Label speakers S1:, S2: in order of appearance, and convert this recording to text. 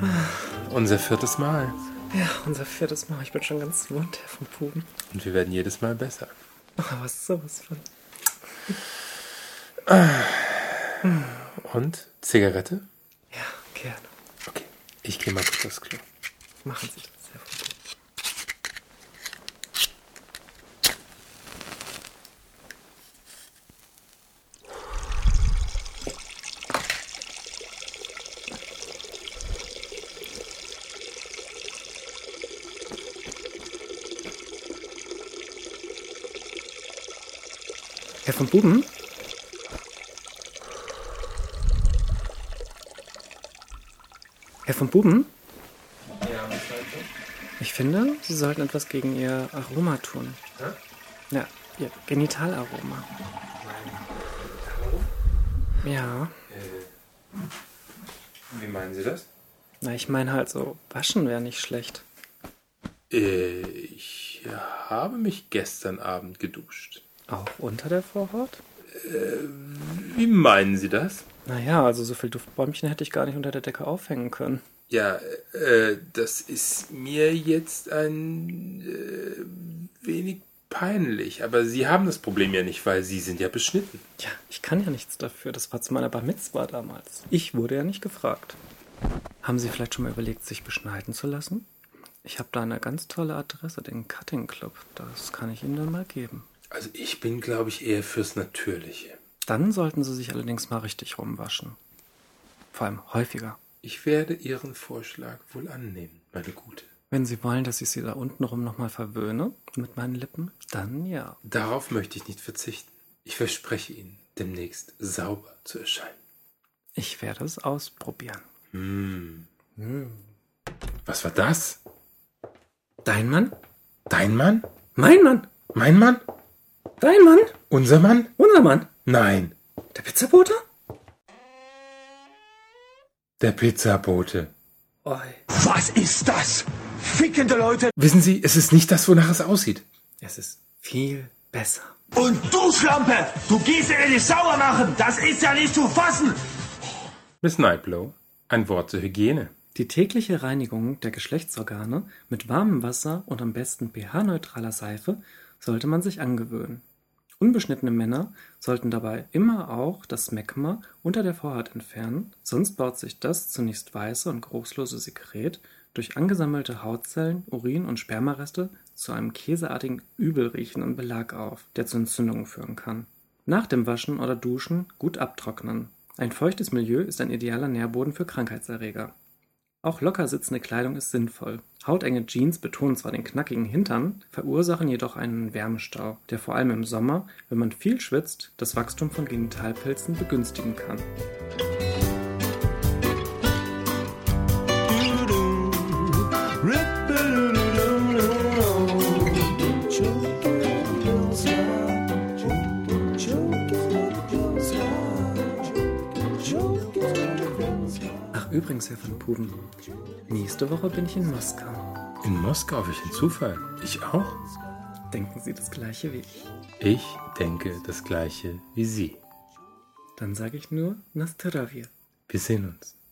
S1: Ah. Unser viertes Mal.
S2: Ja, unser viertes Mal. Ich bin schon ganz wund vom Puben.
S1: Und wir werden jedes Mal besser.
S2: Aber was ist sowas von?
S1: Und? Zigarette?
S2: Ja, gerne.
S1: Okay. Ich gehe mal kurz aufs Klo.
S2: Machen Sie das. Herr von Puben. Herr von Buben? Herr von Buben? Ich finde, Sie sollten etwas gegen Ihr Aroma tun. Ja, Ihr Genitalaroma. Ja.
S1: Wie meinen Sie das?
S2: Na, ich meine halt so, waschen wäre nicht schlecht.
S1: Ich habe mich gestern Abend geduscht.
S2: Auch unter der Vorhaut?
S1: Wie meinen Sie das?
S2: Naja, also so viel Duftbäumchen hätte ich gar nicht unter der Decke aufhängen können.
S1: Ja, äh, das ist mir jetzt ein äh, wenig peinlich. Aber Sie haben das Problem ja nicht, weil Sie sind ja beschnitten.
S2: Ja, ich kann ja nichts dafür. Das war zu meiner Bar Mitzwa damals. Ich wurde ja nicht gefragt. Haben Sie vielleicht schon mal überlegt, sich beschneiden zu lassen? Ich habe da eine ganz tolle Adresse, den Cutting Club. Das kann ich Ihnen dann mal geben.
S1: Also ich bin, glaube ich, eher fürs Natürliche.
S2: Dann sollten Sie sich allerdings mal richtig rumwaschen. Vor allem häufiger.
S1: Ich werde Ihren Vorschlag wohl annehmen, meine Gute.
S2: Wenn Sie wollen, dass ich Sie da untenrum nochmal verwöhne mit meinen Lippen, dann ja.
S1: Darauf möchte ich nicht verzichten. Ich verspreche Ihnen, demnächst sauber zu erscheinen.
S2: Ich werde es ausprobieren.
S1: Was war das?
S2: Dein Mann?
S1: Dein Mann?
S2: Mein Mann?
S1: Mein Mann?
S2: Dein Mann?
S1: Unser Mann?
S2: Unser Mann?
S1: Nein,
S2: Der Pizzabote?
S1: der Pizzabote.
S2: Oi.
S3: Was ist das? Fickende Leute.
S1: Wissen Sie, es ist nicht das, wonach es aussieht.
S2: Es ist viel besser.
S3: Und du, Schlampe, du gehst mir nicht sauer machen. Das ist ja nicht zu fassen.
S1: Miss Nightblow, ein Wort zur Hygiene.
S2: Die tägliche Reinigung der Geschlechtsorgane mit warmem Wasser und am besten pH-neutraler Seife sollte man sich angewöhnen. Unbeschnittene Männer sollten dabei immer auch das Mekma unter der Vorhaut entfernen, sonst baut sich das zunächst weiße und geruchslose Sekret durch angesammelte Hautzellen, Urin und Spermareste zu einem käseartigen, übelriechenden Belag auf, der zu Entzündungen führen kann. Nach dem Waschen oder Duschen gut abtrocknen. Ein feuchtes Milieu ist ein idealer Nährboden für Krankheitserreger. Auch locker sitzende Kleidung ist sinnvoll. Hautenge Jeans betonen zwar den knackigen Hintern, verursachen jedoch einen Wärmestau, der vor allem im Sommer, wenn man viel schwitzt, das Wachstum von Genitalpilzen begünstigen kann. Ach übrigens, Herr van Puben, nächste Woche bin ich in Moskau.
S1: In Moskau, welchen Zufall. Ich auch.
S2: Denken Sie das gleiche wie ich?
S1: Ich denke das gleiche wie Sie.
S2: Dann sage ich nur Nastaravia.
S1: Wir sehen uns.